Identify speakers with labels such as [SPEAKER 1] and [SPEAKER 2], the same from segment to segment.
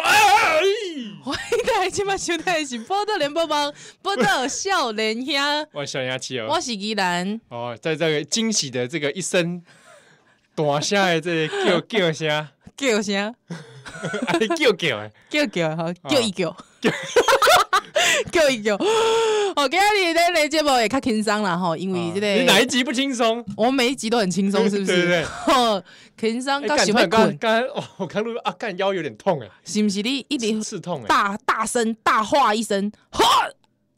[SPEAKER 1] 哎
[SPEAKER 2] 来即摆收听的是波特连播帮波特少年 兄，
[SPEAKER 1] 我小牙齿
[SPEAKER 2] 我
[SPEAKER 1] 哦，
[SPEAKER 2] 是依兰。
[SPEAKER 1] 哦，在这个惊喜的这个一声短下的这个叫 叫声，啊，
[SPEAKER 2] 叫啥？
[SPEAKER 1] 你叫叫的，
[SPEAKER 2] 叫叫哈，叫 一叫， 叫一叫。哦，今日咱来节目也较轻松啦吼，因为这
[SPEAKER 1] 啊你哪一
[SPEAKER 2] 个
[SPEAKER 1] 集不轻松？
[SPEAKER 2] 我每一集都很 轻松，是
[SPEAKER 1] 对
[SPEAKER 2] 不
[SPEAKER 1] 对
[SPEAKER 2] 是
[SPEAKER 1] 对？
[SPEAKER 2] 吼，轻松
[SPEAKER 1] 哎
[SPEAKER 2] 到
[SPEAKER 1] 干
[SPEAKER 2] 喜
[SPEAKER 1] 突
[SPEAKER 2] 欢
[SPEAKER 1] 然刚
[SPEAKER 2] 困，
[SPEAKER 1] 刚哦，我刚录啊，干腰有点痛哎，
[SPEAKER 2] 是不是？你一直
[SPEAKER 1] 刺痛哎，
[SPEAKER 2] 大大声大话一声，哈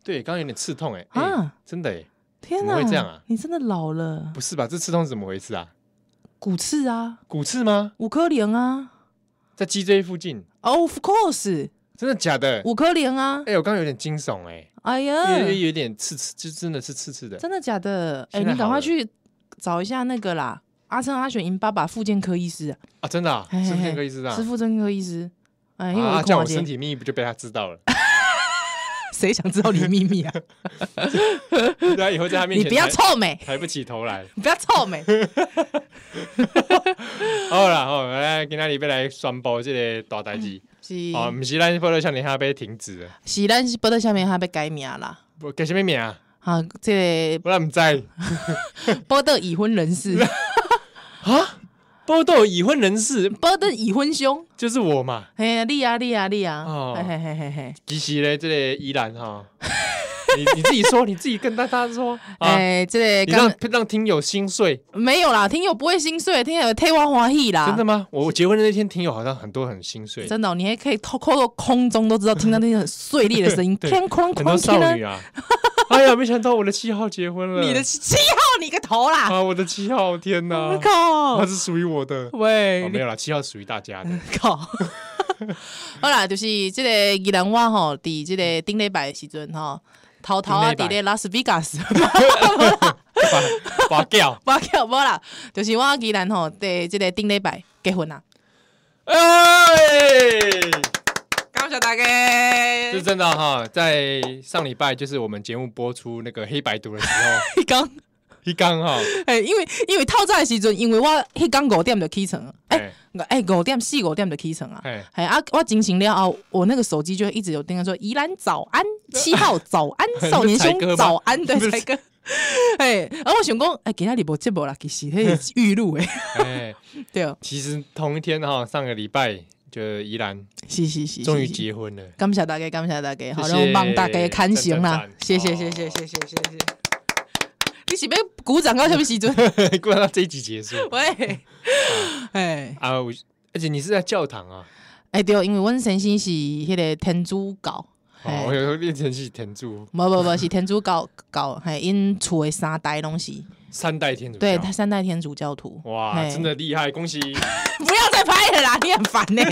[SPEAKER 1] 对，刚刚有点刺痛哎，哎
[SPEAKER 2] 啊！
[SPEAKER 1] 真的哎，
[SPEAKER 2] 天
[SPEAKER 1] 怎
[SPEAKER 2] 哪，
[SPEAKER 1] 么会这样啊
[SPEAKER 2] 你真的老了，
[SPEAKER 1] 不是吧？这刺痛是怎么回事啊？
[SPEAKER 2] 骨刺啊，
[SPEAKER 1] 骨刺吗？
[SPEAKER 2] 五颗零啊。哦
[SPEAKER 1] 在脊椎附近？
[SPEAKER 2] Of course，
[SPEAKER 1] 真的假的？
[SPEAKER 2] 五颗零啊！
[SPEAKER 1] 哎，我刚刚有点惊悚哎，
[SPEAKER 2] 哎
[SPEAKER 1] 因为
[SPEAKER 2] 呀，
[SPEAKER 1] 有点刺刺，就真的是刺刺的。
[SPEAKER 2] 真的假的？哎、
[SPEAKER 1] 现在
[SPEAKER 2] 你赶
[SPEAKER 1] 好
[SPEAKER 2] 快
[SPEAKER 1] 了
[SPEAKER 2] 去找一下那个啦，阿生阿选银爸爸复健科医师、啊，
[SPEAKER 1] 啊，真的、啊，
[SPEAKER 2] 嘿嘿
[SPEAKER 1] 是
[SPEAKER 2] 嘿
[SPEAKER 1] 不是那个意思啊
[SPEAKER 2] 是？复健科医师。哎、因为我
[SPEAKER 1] 啊，
[SPEAKER 2] 是
[SPEAKER 1] 这样
[SPEAKER 2] 跨
[SPEAKER 1] 我
[SPEAKER 2] 界
[SPEAKER 1] 身，体秘密不就被他知道了？
[SPEAKER 2] 谁想知道你秘 密啊？
[SPEAKER 1] 那啊以后在他面
[SPEAKER 2] 你
[SPEAKER 1] 前
[SPEAKER 2] 不要
[SPEAKER 1] 抬
[SPEAKER 2] 臭美，
[SPEAKER 1] 抬不起头来。
[SPEAKER 2] 你不要臭美。
[SPEAKER 1] 好啦，好，来今天你要来宣布这个大代志。
[SPEAKER 2] 是
[SPEAKER 1] 哦，不是咱波多少年哈被停止了，
[SPEAKER 2] 是，咱是不到下面还被改名啦。
[SPEAKER 1] 不改什么名啊？
[SPEAKER 2] 啊，这
[SPEAKER 1] 我也不知
[SPEAKER 2] 个波特已婚 人士，
[SPEAKER 1] 啊。波豆已婚人士
[SPEAKER 2] 波特已婚兄，
[SPEAKER 1] 就是我嘛。
[SPEAKER 2] 嘿呀，厉啊厉啊厉啊！
[SPEAKER 1] 哦
[SPEAKER 2] 嘿嘿嘿嘿嘿，
[SPEAKER 1] 其实呢，这个依然 哈，你你自己说，你自己跟大家说啊，
[SPEAKER 2] 哎，这
[SPEAKER 1] 你
[SPEAKER 2] 个刚
[SPEAKER 1] 让让听友心碎，
[SPEAKER 2] 没有啦，听友不会心碎，听友替我欢喜啦。
[SPEAKER 1] 真的吗？我结婚的那天，听友好像很多很心碎，
[SPEAKER 2] 啊真的哦、你还可以透透过空中都知道听到那些很碎裂的声音，
[SPEAKER 1] 对
[SPEAKER 2] 哐哐
[SPEAKER 1] 很多
[SPEAKER 2] 哐，听
[SPEAKER 1] 少
[SPEAKER 2] 到
[SPEAKER 1] 女啊！ 哎呀，没想到我的七号结婚了，
[SPEAKER 2] 你的七七号，你个头啦！
[SPEAKER 1] 啊，我的七号，天哪
[SPEAKER 2] 我，靠
[SPEAKER 1] 它！是属于我的。
[SPEAKER 2] 喂，
[SPEAKER 1] 哦，
[SPEAKER 2] 你
[SPEAKER 1] 没有啦，七号属于大家的。
[SPEAKER 2] 靠！ 好啦，就是这个宜兰话吼，伫这个顶礼拜的时阵吼，偷偷啊，
[SPEAKER 1] 顶礼拜
[SPEAKER 2] 伫咧拉斯维加 斯，
[SPEAKER 1] 拔拔掉。
[SPEAKER 2] 无叫无啦，就是我宜兰吼，伫这个顶礼拜结婚啦，
[SPEAKER 1] 哎，
[SPEAKER 2] 感谢大家。
[SPEAKER 1] 是 真的哈，在上礼拜就是我们节目播出那个黑白读的时候，
[SPEAKER 2] 迄工，
[SPEAKER 1] 一刚 哈，
[SPEAKER 2] 哎，因为因为透早的时阵，因为我迄工五点就起床了，哎，
[SPEAKER 1] 哎
[SPEAKER 2] 哎，五点四五点就起床啊！
[SPEAKER 1] 哎
[SPEAKER 2] 哎啊，我警醒了后，我那个手机就一直有叮他说：“宜兰早 安，七号早安，少年
[SPEAKER 1] 才哥
[SPEAKER 2] 兄
[SPEAKER 1] 吗
[SPEAKER 2] 早安。”对，
[SPEAKER 1] 不是
[SPEAKER 2] 才哥。哎，啊，我想讲，哎，今天你无节目啦，其实迄是预录诶，
[SPEAKER 1] 哎，
[SPEAKER 2] 对哦，
[SPEAKER 1] 其实同一天哈，上个礼拜就宜兰
[SPEAKER 2] 是是是，是
[SPEAKER 1] 终于
[SPEAKER 2] 是
[SPEAKER 1] 结婚 了。
[SPEAKER 2] 感谢大家，感谢大家，好，
[SPEAKER 1] 谢谢
[SPEAKER 2] 让我帮大家看行啦
[SPEAKER 1] 赞赞，
[SPEAKER 2] 谢谢，
[SPEAKER 1] 哦
[SPEAKER 2] 谢谢，谢谢，谢谢。 你是要鼓掌到什么时阵？
[SPEAKER 1] 不然到这一集结束
[SPEAKER 2] 喂，哎
[SPEAKER 1] 啊，我而且你是在教堂啊，
[SPEAKER 2] 哎对，因为阮先生是迄个天主教，
[SPEAKER 1] 哦，
[SPEAKER 2] 哎
[SPEAKER 1] 我有时候变成是天主
[SPEAKER 2] 无无无，是天主教教，嘿，因厝的三代拢是，
[SPEAKER 1] 三代天主
[SPEAKER 2] 对
[SPEAKER 1] 教
[SPEAKER 2] 他三代天主教徒。
[SPEAKER 1] 哇，
[SPEAKER 2] 嘿
[SPEAKER 1] 真，的厉害，恭喜！
[SPEAKER 2] 不要再拍了啦，你很烦呢、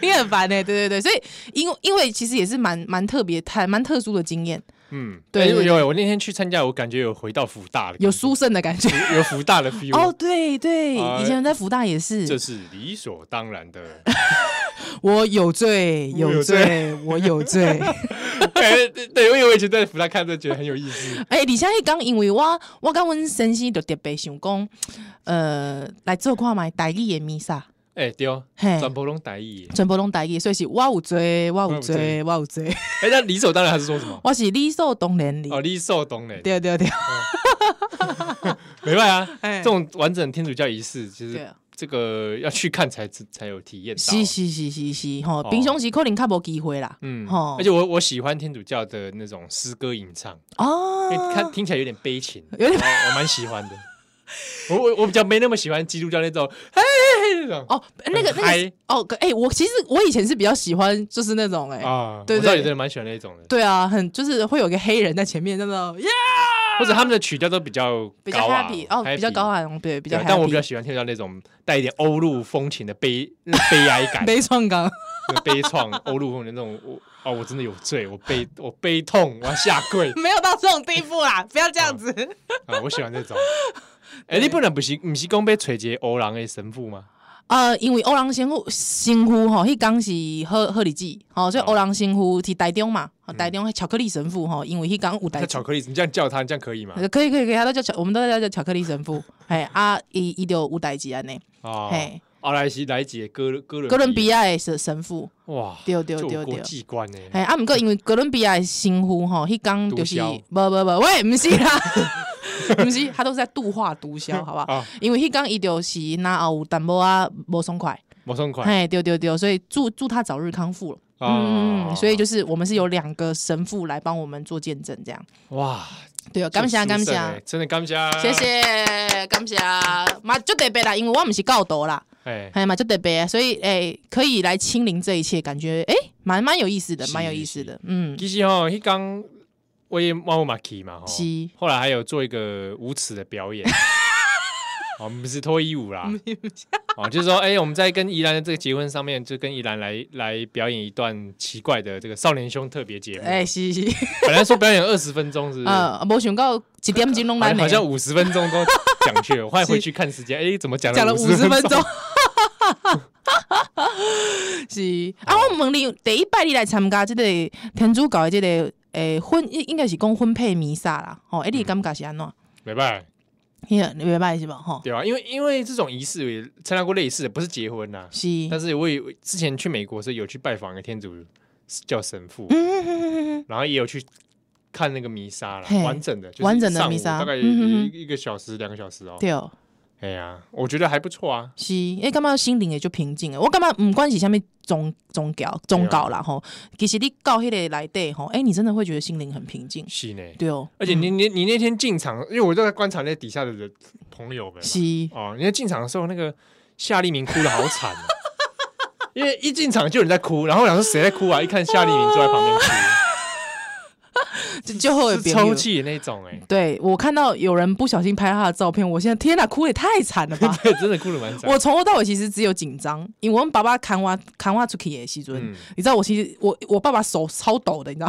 [SPEAKER 2] 你很烦呢、对对对，所以因为因为其实也是蛮蛮特别、太蛮特殊的经验，
[SPEAKER 1] 嗯，
[SPEAKER 2] 对
[SPEAKER 1] 哎
[SPEAKER 2] 对
[SPEAKER 1] 有
[SPEAKER 2] 对
[SPEAKER 1] 有，我那天去参加，我感觉有回到福大的感觉，
[SPEAKER 2] 有殊胜的感觉。
[SPEAKER 1] 有福大的 feel
[SPEAKER 2] 哦，对对，
[SPEAKER 1] 哎
[SPEAKER 2] 以前在福大也是，
[SPEAKER 1] 这是理所当然的。
[SPEAKER 2] 我有罪，
[SPEAKER 1] 我
[SPEAKER 2] 有
[SPEAKER 1] 有
[SPEAKER 2] 罪，我有罪。
[SPEAKER 1] 哎，对对，因为我以前在福大看都觉得很有意 思。
[SPEAKER 2] 哎、而且迄讲，因为我我甲阮先生就特别想讲，呃，来做看卖台语的弥撒，
[SPEAKER 1] 哎，对哦，
[SPEAKER 2] 嘿，
[SPEAKER 1] 转播龙台语。
[SPEAKER 2] 全部拢台语，所以是我有罪，我有
[SPEAKER 1] 有罪
[SPEAKER 2] 罪，我有罪。
[SPEAKER 1] 哎，那理所当然还是说什 么？
[SPEAKER 2] 我是理所当然的。
[SPEAKER 1] 哦，理所当然，
[SPEAKER 2] 对对对，
[SPEAKER 1] 没办法
[SPEAKER 2] 哎
[SPEAKER 1] 啊。这种完整天主教仪式，就
[SPEAKER 2] 对
[SPEAKER 1] 是
[SPEAKER 2] 啊
[SPEAKER 1] 这个要去看才知才有体验到。
[SPEAKER 2] 是是是是是，吼，
[SPEAKER 1] 哦
[SPEAKER 2] 平常时可能较无机会啦，
[SPEAKER 1] 嗯
[SPEAKER 2] 吼，
[SPEAKER 1] 而且我我喜欢天主教的那种诗歌吟唱，因为看
[SPEAKER 2] 哦，
[SPEAKER 1] 听起来有点悲情，
[SPEAKER 2] 有点
[SPEAKER 1] 我我蛮喜欢的。我我我比较没那么喜欢基督教那种，哎，那种
[SPEAKER 2] 哦，那个那
[SPEAKER 1] 很
[SPEAKER 2] 个
[SPEAKER 1] 嗨
[SPEAKER 2] 哦，可哎，我其实我以前是比较喜欢就是那种哎，
[SPEAKER 1] 啊，
[SPEAKER 2] 对
[SPEAKER 1] 我知道
[SPEAKER 2] 对
[SPEAKER 1] 有的人蛮喜欢那种的。
[SPEAKER 2] 对啊，很就是会有个黑人在前面，那种耶，
[SPEAKER 1] 或者他们的曲调都比较
[SPEAKER 2] 比较
[SPEAKER 1] 高啊
[SPEAKER 2] happy 哦，比较高，昂，对，比
[SPEAKER 1] 比
[SPEAKER 2] 较 happy，
[SPEAKER 1] 但我比较喜欢听到那种带一点欧陆风情的悲嗯悲哀感、
[SPEAKER 2] 悲壮感，
[SPEAKER 1] 那悲怆、欧陆风情那种。我哦，我真的有罪，我悲我悲痛，我要下跪
[SPEAKER 2] 没有到这种地步啦，不要这样子，
[SPEAKER 1] 啊！我喜欢这 种。哎，你不能不是不是讲被垂结欧郎的神父吗？
[SPEAKER 2] 呃，因为欧郎先夫先夫吼，迄刚是贺贺礼记，吼，所以
[SPEAKER 1] 哦
[SPEAKER 2] 欧郎先夫是台中嘛，台中巧克力神父吼，因为迄刚有 台
[SPEAKER 1] 那巧克力，你这样叫他，你这样可以 吗？
[SPEAKER 2] 可以 可以可以，他都叫巧，我们都叫他叫巧克力神父。哎啊，伊伊就有代志安尼，
[SPEAKER 1] 哦
[SPEAKER 2] 嘿，
[SPEAKER 1] 阿莱西来解哥哥伦
[SPEAKER 2] 哥伦比亚的神神父，
[SPEAKER 1] 哇，
[SPEAKER 2] 对对
[SPEAKER 1] 就
[SPEAKER 2] 对
[SPEAKER 1] 有国
[SPEAKER 2] 对。
[SPEAKER 1] 际观欸呢，
[SPEAKER 2] 哎，啊，毋过因为哥伦比亚的新妇吼，迄工就是，
[SPEAKER 1] 毒枭
[SPEAKER 2] 无无无，喂，毋是啦， 毋是，他都是在度化毒枭， 好不好？
[SPEAKER 1] 啊，
[SPEAKER 2] 因为迄工伊就是那有淡薄啊无爽快，
[SPEAKER 1] 摩松款
[SPEAKER 2] 哎，对对对，所以祝祝他早日康复了。
[SPEAKER 1] 哦
[SPEAKER 2] 嗯嗯嗯，所以就是我们是有两个神父来帮我们做见证，这样。
[SPEAKER 1] 哇，
[SPEAKER 2] 对哦，感谢
[SPEAKER 1] 就
[SPEAKER 2] 感
[SPEAKER 1] 殊
[SPEAKER 2] 谢
[SPEAKER 1] 胜，欸，真的感谢，
[SPEAKER 2] 谢，谢感谢，嘛就特别啦，因为我毋是教徒啦，
[SPEAKER 1] 哎，
[SPEAKER 2] 哎嘛就特别，所以哎可以来亲临这一切，感觉哎蛮蛮有意思的，
[SPEAKER 1] 是
[SPEAKER 2] 蛮有意思的，嗯，
[SPEAKER 1] 其实吼，迄刚我也猫马去嘛吼
[SPEAKER 2] 是，
[SPEAKER 1] 后来还有做一个无耻的表 演，我们不是脱衣舞啦，哦，就是说，哎、我们在跟宜兰的这个结婚上面，就跟宜兰来来表演一段奇怪的这个少年兄特别节目。
[SPEAKER 2] 哎是是，
[SPEAKER 1] 本来说表演二十分钟，是不是？
[SPEAKER 2] 呃，无想到一点钟拢
[SPEAKER 1] 好
[SPEAKER 2] 来
[SPEAKER 1] 像
[SPEAKER 2] 呢
[SPEAKER 1] 好像五十分钟都讲去 了，我还回去看时间，哎、怎么讲
[SPEAKER 2] 讲了
[SPEAKER 1] 五
[SPEAKER 2] 五十分
[SPEAKER 1] 分
[SPEAKER 2] 钟？。 是啊，我问你，第一摆你来参加这个天主教的这个诶婚，应应该是讲婚配弥撒啦，吼、啊诶，
[SPEAKER 1] 嗯
[SPEAKER 2] 你的感觉是安怎？
[SPEAKER 1] 没办法，
[SPEAKER 2] 你的你明白是吧？吼，
[SPEAKER 1] 对吧、啊因为因为这种仪式我也参加过类似的，不是结婚呐、啊
[SPEAKER 2] 是，
[SPEAKER 1] 但是我也之前去美国是有去拜访一个天主教神父，
[SPEAKER 2] 嗯，
[SPEAKER 1] 然后也有去看那个弥撒啦
[SPEAKER 2] 嘿，
[SPEAKER 1] 完整的，就是
[SPEAKER 2] 完整的
[SPEAKER 1] 上午
[SPEAKER 2] 弥撒
[SPEAKER 1] 大概
[SPEAKER 2] 嗯哼
[SPEAKER 1] 一
[SPEAKER 2] 哼
[SPEAKER 1] 一个小时、两个小时哦。
[SPEAKER 2] 对哦，
[SPEAKER 1] 哎呀，我觉得还不错啊。
[SPEAKER 2] 是，诶，感觉心灵也就平静诶。我感觉唔管是啥物宗宗
[SPEAKER 1] 啊
[SPEAKER 2] 教宗教啦吼，其实你到迄个内底吼，诶，你真的会觉得心灵很平静，
[SPEAKER 1] 是呢，
[SPEAKER 2] 对哦，
[SPEAKER 1] 而且你你你那天进场，因为我都在观察那底下的人朋友们
[SPEAKER 2] 是，
[SPEAKER 1] 哦，你在进场的时候，那个夏利明哭的好惨、啊， 因为一进场就有人在哭，然后我想说谁在哭啊？一看夏利明坐在旁边哭，
[SPEAKER 2] 就 就会有
[SPEAKER 1] 是
[SPEAKER 2] 朋友啊
[SPEAKER 1] 抽泣的那种哎、
[SPEAKER 2] 对我看到有人不小心拍他的照片，我现在天哪，哭也太惨了吧！
[SPEAKER 1] 对，真的哭的蛮惨。
[SPEAKER 2] 我从头到尾其实只有紧张，因为我们爸爸砍我砍我出去的时阵，
[SPEAKER 1] 嗯，
[SPEAKER 2] 你知道我其实我我爸爸手超抖的，你 知道，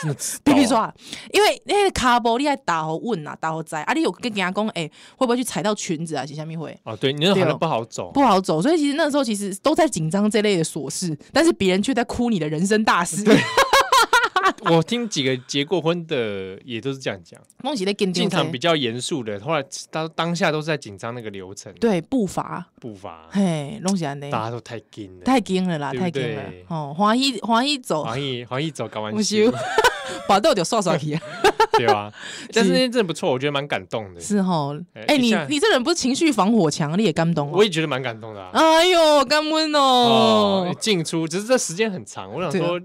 [SPEAKER 1] 真的知
[SPEAKER 2] 比
[SPEAKER 1] 道
[SPEAKER 2] 比说啊，因为那个卡波你爱打好问呐，打好摘啊，你有跟人家讲，哎、会不会去踩到裙子啊？是下面会
[SPEAKER 1] 哦，对，你那好
[SPEAKER 2] 对哦
[SPEAKER 1] 像不好走，
[SPEAKER 2] 不好走，所以其实那时候其实都在紧张这类的琐事，但是别人却在哭你的人生大事，
[SPEAKER 1] 我听几个结过婚的也都是这样讲。
[SPEAKER 2] 梦喜在跟
[SPEAKER 1] 进场比较严肃的，后来当当下都是在紧张那个流程、
[SPEAKER 2] 对步伐，
[SPEAKER 1] 步伐，
[SPEAKER 2] 嘿，梦喜安内
[SPEAKER 1] 大家都太紧了。
[SPEAKER 2] 太惊了啦，
[SPEAKER 1] 对不
[SPEAKER 2] 太惊
[SPEAKER 1] 对
[SPEAKER 2] 了，哦，欢喜欢喜走。
[SPEAKER 1] 黄奕黄奕走搞完
[SPEAKER 2] 哦不
[SPEAKER 1] 戏，
[SPEAKER 2] 修， 把豆就刷刷 去啊！
[SPEAKER 1] 对吧、 但是那天真的不错，我觉得蛮感动的，
[SPEAKER 2] 是吼，
[SPEAKER 1] 哎
[SPEAKER 2] 哎，
[SPEAKER 1] 一
[SPEAKER 2] 你
[SPEAKER 1] 下
[SPEAKER 2] 你这人不是情绪防火墙，你也感动
[SPEAKER 1] 我
[SPEAKER 2] 哦。
[SPEAKER 1] 也觉得蛮感动的、啊。
[SPEAKER 2] 哎呦，感恩
[SPEAKER 1] 哦
[SPEAKER 2] 哦，！啊
[SPEAKER 1] 进出只是这时间很长，我想说，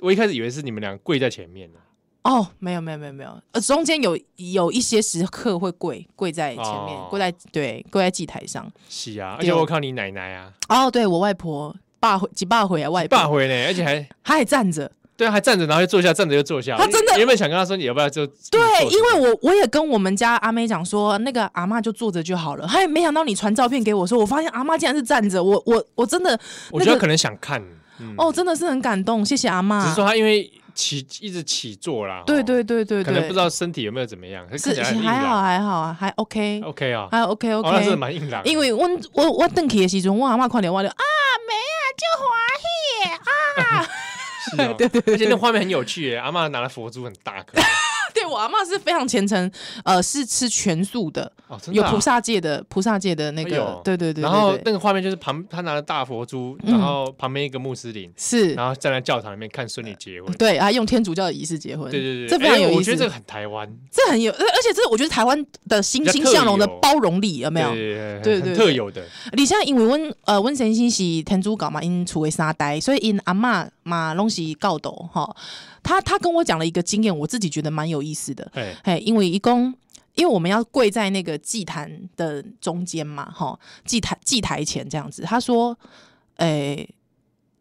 [SPEAKER 1] 我一开始以为是你们俩跪在前面的，
[SPEAKER 2] 哦，没有没有没有没有，呃，中间有有一些时刻会跪跪在前面
[SPEAKER 1] 哦，
[SPEAKER 2] 跪在对跪在祭台上。
[SPEAKER 1] 是啊，而
[SPEAKER 2] 对
[SPEAKER 1] 且我靠你奶奶啊，
[SPEAKER 2] 哦，对我外婆爸回几爸回来，外
[SPEAKER 1] 爸
[SPEAKER 2] 婆
[SPEAKER 1] 回呢，而且还
[SPEAKER 2] 她还站着。
[SPEAKER 1] 对啊，还站着，然后又坐下，站着又坐下。
[SPEAKER 2] 他真的
[SPEAKER 1] 原本想跟他说你要不要就
[SPEAKER 2] 对，
[SPEAKER 1] 坐着
[SPEAKER 2] 因为我我也跟我们家阿妹讲说，那个阿嬷就坐着就好了。哎，没想到你传照片给我说，我发现阿嬷竟然是站着，我我我真的
[SPEAKER 1] 我觉得
[SPEAKER 2] 那个
[SPEAKER 1] 可能想看，嗯，
[SPEAKER 2] 哦，真的是很感动，谢谢阿嬷。
[SPEAKER 1] 只是说他因为起一直起坐啦，
[SPEAKER 2] 啊对
[SPEAKER 1] 哦
[SPEAKER 2] 对对对对，
[SPEAKER 1] 可能不知道身体有没有怎么样，可
[SPEAKER 2] 是
[SPEAKER 1] 看起来很硬
[SPEAKER 2] 还好
[SPEAKER 1] 朗
[SPEAKER 2] 还好啊，还 OK，
[SPEAKER 1] ，OK 啊，
[SPEAKER 2] 还 OK
[SPEAKER 1] 哦，那真的
[SPEAKER 2] OK。
[SPEAKER 1] 蛮硬朗的，
[SPEAKER 2] 因为我我我邓去的时阵，我阿妈看到我就啊，
[SPEAKER 1] 是哦
[SPEAKER 2] 对对对
[SPEAKER 1] 而且那画面很有趣耶，阿嬷拿了佛珠很大 颗，
[SPEAKER 2] 对我阿妈是非常虔诚，呃，是吃全素的，
[SPEAKER 1] 哦，真
[SPEAKER 2] 有
[SPEAKER 1] 的啊
[SPEAKER 2] 菩萨戒的菩萨戒的那
[SPEAKER 1] 哎
[SPEAKER 2] 个
[SPEAKER 1] 呦，
[SPEAKER 2] 对对对，
[SPEAKER 1] 然后
[SPEAKER 2] 对对
[SPEAKER 1] 那个画面就是旁他拿了大佛珠，
[SPEAKER 2] 嗯
[SPEAKER 1] 然后旁边一个穆斯林，
[SPEAKER 2] 是，
[SPEAKER 1] 然后站在教堂里面看孙女结婚。
[SPEAKER 2] 对啊，用天主教的仪式结婚，
[SPEAKER 1] 对对对，
[SPEAKER 2] 这非常
[SPEAKER 1] 哎
[SPEAKER 2] 有
[SPEAKER 1] 我
[SPEAKER 2] 意
[SPEAKER 1] 觉
[SPEAKER 2] 思，
[SPEAKER 1] 得这个很台湾，
[SPEAKER 2] 这很有，而而且这我觉得台湾的欣
[SPEAKER 1] 比较
[SPEAKER 2] 欣
[SPEAKER 1] 特
[SPEAKER 2] 向荣的
[SPEAKER 1] 有
[SPEAKER 2] 包容力有没有？
[SPEAKER 1] 对
[SPEAKER 2] 对
[SPEAKER 1] 对
[SPEAKER 2] 对
[SPEAKER 1] 很
[SPEAKER 2] 对
[SPEAKER 1] 特有的，
[SPEAKER 2] 而且因为阮呃阮先生是天主教嘛，因厝诶三代，所以因阿嬷嘛拢是教导吼。他他跟我讲了一个经验，我自己觉得蛮有意思的。
[SPEAKER 1] 哎，
[SPEAKER 2] 嘿，因为一共因为我们要跪在那个祭坛的中间嘛，哈，祭台祭台前这样子。他说，诶、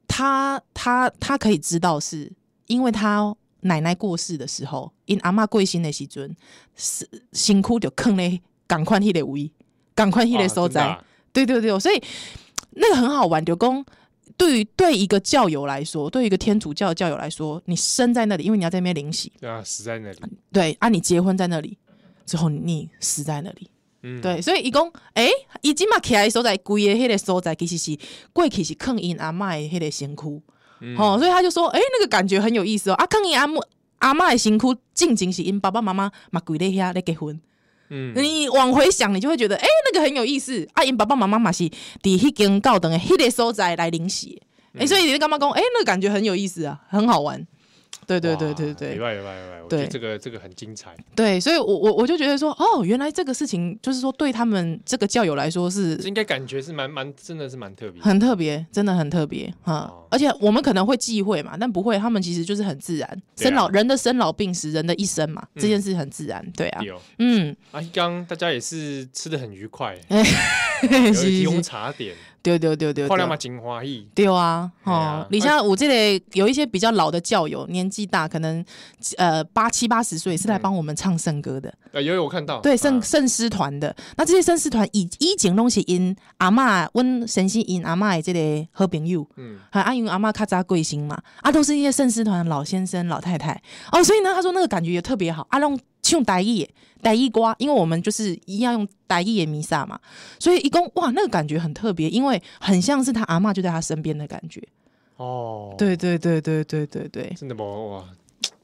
[SPEAKER 2] 他他他可以知道是因为他奶奶过世的时候，因阿嬷过身的时阵，是辛苦就坑咧，赶快迄个位，赶快迄个所在。
[SPEAKER 1] 啊
[SPEAKER 2] 对对对，所以那个很好玩，就公对于对一个教友来说，对于一个天主教的教友来说，你生在那里，因为你要在那边领洗，
[SPEAKER 1] 真的啊，对啊，死在那里，
[SPEAKER 2] 对啊，你结婚在那里之后，你死在那里，
[SPEAKER 1] 嗯，
[SPEAKER 2] 对，所以伊讲，诶、伊即嘛起来所在，规个迄个所在其实是过去是坑因阿嬷的迄个身躯，
[SPEAKER 1] 嗯，
[SPEAKER 2] 哦，所以他就说，诶、那个感觉很有意思哦，啊，坑因阿嬷阿嬷的身躯，静静是因爸爸妈妈嘛跪咧遐咧结婚，
[SPEAKER 1] 嗯，
[SPEAKER 2] 你往回想，你就会觉得，哎、那个很有意思。啊，因爸爸妈妈嘛是伫迄间教堂的迄个所在来领洗，
[SPEAKER 1] 嗯
[SPEAKER 2] 哎、所以你干嘛讲，哎、那个感觉很有意思啊，很好玩。对对对对
[SPEAKER 1] 礼
[SPEAKER 2] 对
[SPEAKER 1] 拜礼拜礼拜，我觉得
[SPEAKER 2] 对
[SPEAKER 1] 这个这个很精彩，
[SPEAKER 2] 对，所以我我我就觉得说，哦，原来这个事情就是说，对他们这个教友来说是
[SPEAKER 1] 这应该感觉是蛮蛮真的是蛮特别的，
[SPEAKER 2] 很特别，真的很特别哈、
[SPEAKER 1] 哦
[SPEAKER 2] 而且我们可能会忌讳嘛，但不会，他们其实就是很自然。
[SPEAKER 1] 对啊
[SPEAKER 2] 生老人的生老病死，人的一生嘛，
[SPEAKER 1] 嗯
[SPEAKER 2] 这件事很自然，对啊，
[SPEAKER 1] 有
[SPEAKER 2] 嗯，
[SPEAKER 1] 啊，刚大家也是吃的很愉 快，
[SPEAKER 2] 哎
[SPEAKER 1] 有
[SPEAKER 2] 是是
[SPEAKER 1] 提供
[SPEAKER 2] 是，
[SPEAKER 1] 茶点，
[SPEAKER 2] 对对对对
[SPEAKER 1] 漂亮嘛，
[SPEAKER 2] 对，
[SPEAKER 1] 金花艺，
[SPEAKER 2] 对啊，
[SPEAKER 1] 对啊
[SPEAKER 2] 哦，你像我这里有一些比较老的教友，年纪大，可能呃八七八十岁，是来
[SPEAKER 1] 嗯
[SPEAKER 2] 帮我们唱圣歌的，
[SPEAKER 1] 呃，有有我看到，
[SPEAKER 2] 对
[SPEAKER 1] 甚
[SPEAKER 2] 圣圣诗团的。那这些圣诗团以以前拢是因阿嬷阮神仙因阿嬷的这个好朋友。
[SPEAKER 1] 嗯，
[SPEAKER 2] 还阿云阿妈咔嚓贵姓嘛，啊，都是一些圣诗团的老先生、老太太哦，所以呢，他说那个感觉也特别好，啊，用用傣语的傣语瓜，因为我们就是一样用傣语的弥撒嘛，所以一共哇，那个感觉很特别，因为很像是他阿妈就在他身边的感觉。
[SPEAKER 1] 哦，，
[SPEAKER 2] 对对对对对对对，
[SPEAKER 1] 真的不哇，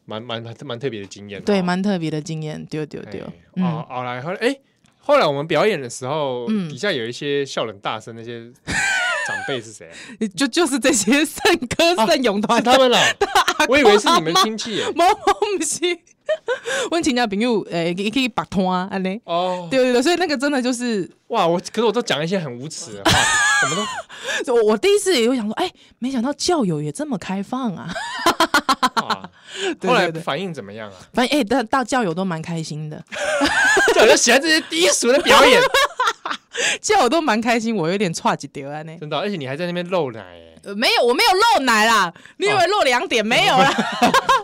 [SPEAKER 1] 蛮蛮蛮蛮特别的经验哦，
[SPEAKER 2] 对，蛮特别的经验，对对
[SPEAKER 1] 哎
[SPEAKER 2] 对，
[SPEAKER 1] 哦
[SPEAKER 2] 嗯，
[SPEAKER 1] 后来后来哎，后来我们表演的时候，
[SPEAKER 2] 嗯
[SPEAKER 1] 底下有一些笑得很大声那 些长辈是谁啊？
[SPEAKER 2] 就就是这些圣歌圣咏团
[SPEAKER 1] 哦是他们啦，啊我以为是你们亲戚耶
[SPEAKER 2] 无，我不是， 阮亲家朋友诶，可以可以白通啊，安尼。
[SPEAKER 1] 哦，
[SPEAKER 2] 对对对，所以那个真的就是
[SPEAKER 1] 哇，我可是我都讲一些很无耻的话 题，我们
[SPEAKER 2] 所以我我第一次也会想说，哎、没想到教友也这么开放啊！
[SPEAKER 1] 都哇，啊
[SPEAKER 2] 对
[SPEAKER 1] 后来
[SPEAKER 2] 对对
[SPEAKER 1] 反应怎么样啊？
[SPEAKER 2] 反正哎，到、到教友都蛮开心的，
[SPEAKER 1] 就我就喜欢这些低俗的表演，
[SPEAKER 2] 教友都蛮开心，我有点差几丢啊呢。
[SPEAKER 1] 真的，而且你还在那边露奶 耶，
[SPEAKER 2] 呃没有，我没有漏奶啦，你以为漏两点？没有啦，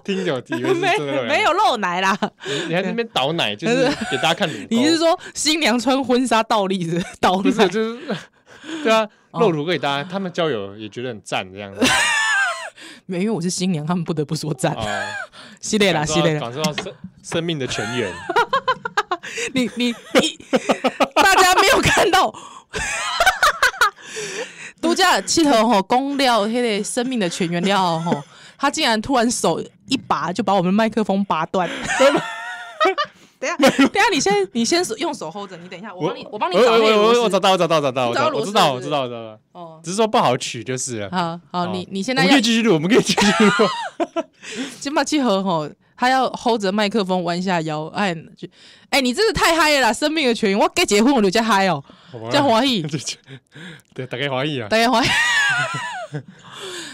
[SPEAKER 1] 听着哦以为是
[SPEAKER 2] 没
[SPEAKER 1] 真的露奶，
[SPEAKER 2] 没有漏奶啦。
[SPEAKER 1] 你，你还在那边倒奶，就是给大家看乳沟，
[SPEAKER 2] 你是说新娘穿婚纱倒立是不是倒
[SPEAKER 1] 哦不是
[SPEAKER 2] 立？
[SPEAKER 1] 就是对啊，
[SPEAKER 2] 哦
[SPEAKER 1] 露乳沟给大家，他们交友也觉得很赞这样 子
[SPEAKER 2] 没有，因为我是新娘，他们不得不说赞。
[SPEAKER 1] 啊。
[SPEAKER 2] 系列啦，
[SPEAKER 1] 感受
[SPEAKER 2] 系
[SPEAKER 1] 到
[SPEAKER 2] 列啦。
[SPEAKER 1] 感受到生生命的泉源。
[SPEAKER 2] 你你你，大家没有看到。都假七头吼，公料迄个生命的全员料吼，他竟然突然手一拔就把我们麦克风拔 断。等一下，等一下，你先你先用手 hold 着，你等一下，我帮你我帮你
[SPEAKER 1] 我
[SPEAKER 2] 找那个
[SPEAKER 1] 我我我
[SPEAKER 2] 螺
[SPEAKER 1] 找
[SPEAKER 2] 丝。
[SPEAKER 1] 到我找到我找到我
[SPEAKER 2] 你找到
[SPEAKER 1] 我
[SPEAKER 2] 螺
[SPEAKER 1] 知
[SPEAKER 2] 丝
[SPEAKER 1] 道我
[SPEAKER 2] 是不
[SPEAKER 1] 知
[SPEAKER 2] 是
[SPEAKER 1] 道我知道了，
[SPEAKER 2] 哦，
[SPEAKER 1] 只是说不好取就是了。
[SPEAKER 2] 好好，你你
[SPEAKER 1] 我
[SPEAKER 2] 现在
[SPEAKER 1] 们可
[SPEAKER 2] 要
[SPEAKER 1] 以继续录，我们可以继续录。
[SPEAKER 2] 金马七合吼，他要 hold 着麦克风弯下腰，哎就哎，你真是太嗨了啦！生命的全员，我该结婚我就加嗨哦，加欢喜。
[SPEAKER 1] 这这 对，大概怀疑啊。
[SPEAKER 2] 大家欢迎。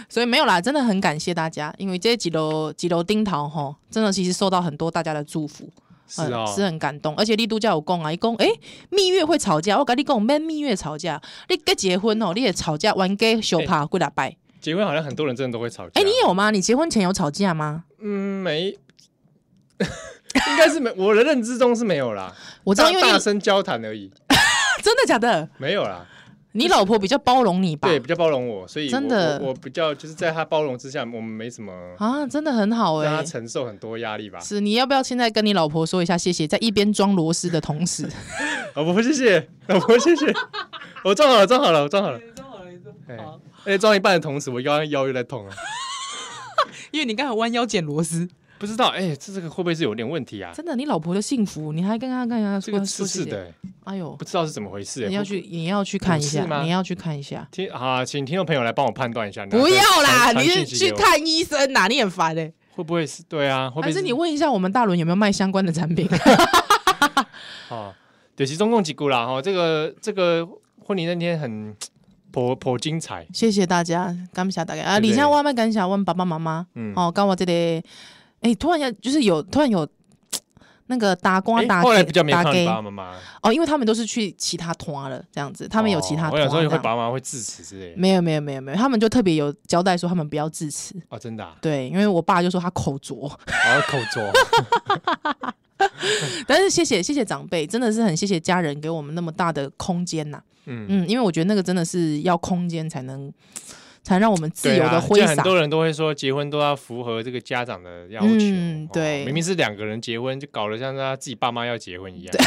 [SPEAKER 2] 所以没有啦，真的很感谢大家，因为这几楼几楼丁桃吼，真的其实受到很多大家的祝福，
[SPEAKER 1] 是
[SPEAKER 2] 嗯
[SPEAKER 1] 哦，
[SPEAKER 2] 是很感动。而且丽都叫我讲啊，伊讲诶，蜜月会吵架，我跟你讲，免蜜月吵架，你结结婚哦，你也吵架，玩 gay 羞怕过来拜。
[SPEAKER 1] 结婚好像很多人真的都会吵架。
[SPEAKER 2] 哎诶，你？有吗？你结婚前有吵架吗？
[SPEAKER 1] 嗯，没， 应该是没。我的认知中是没有啦，
[SPEAKER 2] 我
[SPEAKER 1] 我
[SPEAKER 2] 知道，因为
[SPEAKER 1] 大
[SPEAKER 2] 你
[SPEAKER 1] 声交谈而已，
[SPEAKER 2] 真的假的，
[SPEAKER 1] 没有啦。
[SPEAKER 2] 你老婆比较包容你吧？
[SPEAKER 1] 对，比较包容我，所以我
[SPEAKER 2] 真的
[SPEAKER 1] 我我比较就是在他包容之下，我们没什么
[SPEAKER 2] 啊，真的很好
[SPEAKER 1] 让他
[SPEAKER 2] 哎、
[SPEAKER 1] 承受很多压力吧。
[SPEAKER 2] 是，你要不要现在跟你老婆说一下谢谢？在一边装螺丝的 同时，
[SPEAKER 1] 老婆哦谢谢，老婆谢谢，我装好了，装好了，我装好了。哎
[SPEAKER 2] 好，
[SPEAKER 1] 哎，装一半的同时，我腰腰又在痛了。
[SPEAKER 2] 因为你刚才弯腰捡螺丝。
[SPEAKER 1] 不知道，哎，这这个会不会是有点问题啊？
[SPEAKER 2] 真的，你老婆的幸福，你还跟她跟她
[SPEAKER 1] 这
[SPEAKER 2] 说
[SPEAKER 1] 个刺刺，
[SPEAKER 2] 说谢谢
[SPEAKER 1] 的，
[SPEAKER 2] 哎呦
[SPEAKER 1] 不，知道是怎么回事。哎
[SPEAKER 2] 你要
[SPEAKER 1] 会
[SPEAKER 2] 去你要去看一
[SPEAKER 1] 有事吗
[SPEAKER 2] 下，你要去看一下，
[SPEAKER 1] 听啊，请听众朋友来帮我判断一下。然后
[SPEAKER 2] 不
[SPEAKER 1] 再
[SPEAKER 2] 要啦，
[SPEAKER 1] 传传
[SPEAKER 2] 你是
[SPEAKER 1] 讯息
[SPEAKER 2] 去
[SPEAKER 1] 给我
[SPEAKER 2] 看医生呐，你很烦哎，
[SPEAKER 1] 会不会是？对啊，会不
[SPEAKER 2] 还
[SPEAKER 1] 会
[SPEAKER 2] 是你问一下我们大伦有没有卖相关的产品？
[SPEAKER 1] 啊？对，其中共几股啦哈，这个这个婚礼那天很颇颇精彩，
[SPEAKER 2] 谢谢大家，感谢大家啊！
[SPEAKER 1] 对
[SPEAKER 2] 李佳我麦感谢问爸爸妈妈
[SPEAKER 1] 嗯。
[SPEAKER 2] 哦，跟我这里，哎，突然间就是有突然有那个打光
[SPEAKER 1] 哎
[SPEAKER 2] 打
[SPEAKER 1] 后来
[SPEAKER 2] 给
[SPEAKER 1] 比较没
[SPEAKER 2] 打
[SPEAKER 1] 看到你
[SPEAKER 2] 给
[SPEAKER 1] 爸爸妈妈，
[SPEAKER 2] 哦，因为他们都是去其他团了，这样子，他们有其他
[SPEAKER 1] 哦
[SPEAKER 2] 团
[SPEAKER 1] 我想
[SPEAKER 2] 这
[SPEAKER 1] 说会
[SPEAKER 2] 样，
[SPEAKER 1] 爸妈会致辞之类的
[SPEAKER 2] 没有没有没有没有，他们就特别有交代说他们不要致辞。
[SPEAKER 1] 哦，真的啊，
[SPEAKER 2] 对，因为我爸就说他口拙，
[SPEAKER 1] 然后口啊 拙。
[SPEAKER 2] 但是谢谢谢谢长辈，真的是很谢谢家人给我们那么大的空间呐、
[SPEAKER 1] 嗯，
[SPEAKER 2] 嗯，因为我觉得那个真的是要空间才能，才让我们自
[SPEAKER 1] 对
[SPEAKER 2] 由的
[SPEAKER 1] 啊，
[SPEAKER 2] 挥
[SPEAKER 1] 就很
[SPEAKER 2] 洒。
[SPEAKER 1] 多人都会说结婚都要符合这个家长的要求。
[SPEAKER 2] 嗯
[SPEAKER 1] 哦
[SPEAKER 2] 对
[SPEAKER 1] 明明是两个人结婚，就搞得像他自己爸妈要结婚一 样。对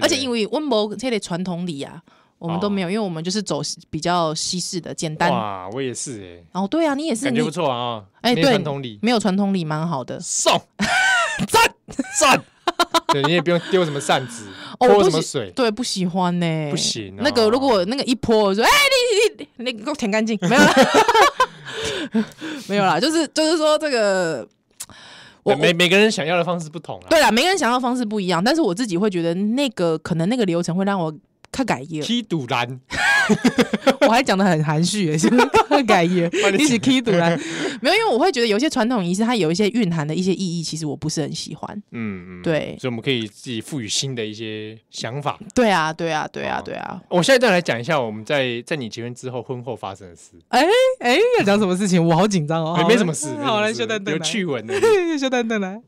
[SPEAKER 2] 而且因为温博这类传统礼啊，我们都没有，因为我们就是走比较西式的简单。
[SPEAKER 1] 哇，我也是
[SPEAKER 2] 然后对啊，你也
[SPEAKER 1] 哎，
[SPEAKER 2] 是
[SPEAKER 1] 感觉不
[SPEAKER 2] 你
[SPEAKER 1] 错啊。
[SPEAKER 2] 哎
[SPEAKER 1] 没
[SPEAKER 2] 对
[SPEAKER 1] 传统礼
[SPEAKER 2] 没有传统礼蛮好的，
[SPEAKER 1] 送赞赞，对你也不用丢什么扇子，
[SPEAKER 2] 哦我
[SPEAKER 1] 泼
[SPEAKER 2] 不
[SPEAKER 1] 什么
[SPEAKER 2] 喜
[SPEAKER 1] 水，
[SPEAKER 2] 对，不喜欢呢、
[SPEAKER 1] 不行啊
[SPEAKER 2] 那个如果那个一泼，我说哎、你你你你给我舔干净，没 有啦，没有啦，就是就是说这个，我
[SPEAKER 1] 每
[SPEAKER 2] 我
[SPEAKER 1] 每个人想要的方式不同啊。
[SPEAKER 2] 对啦，每个人想要的方式不一样，但是我自己会觉得那个可能那个流程会让我看改 耶，
[SPEAKER 1] 踢赌篮，
[SPEAKER 2] 我还讲的很含蓄耶，是不是看改耶
[SPEAKER 1] 把，你
[SPEAKER 2] 一起 K 赌 来，没有，因为我会觉得有些传统仪式它有一些蕴含的一些意义，其实我不是很喜欢。
[SPEAKER 1] 嗯，嗯
[SPEAKER 2] 对
[SPEAKER 1] 所以我们可以自己赋予新的一些想法。
[SPEAKER 2] 对啊，对啊，对啊
[SPEAKER 1] 哦，
[SPEAKER 2] 对啊。
[SPEAKER 1] 我下一段来讲一下我们在在你结婚之后婚后发生的事，
[SPEAKER 2] 哎，要讲什么事情？我好紧张哦
[SPEAKER 1] 没没什么事，没什么
[SPEAKER 2] 好，来
[SPEAKER 1] 事
[SPEAKER 2] 秀蛋蛋
[SPEAKER 1] 有
[SPEAKER 2] 来
[SPEAKER 1] 趣闻的。
[SPEAKER 2] 秀蛋蛋来。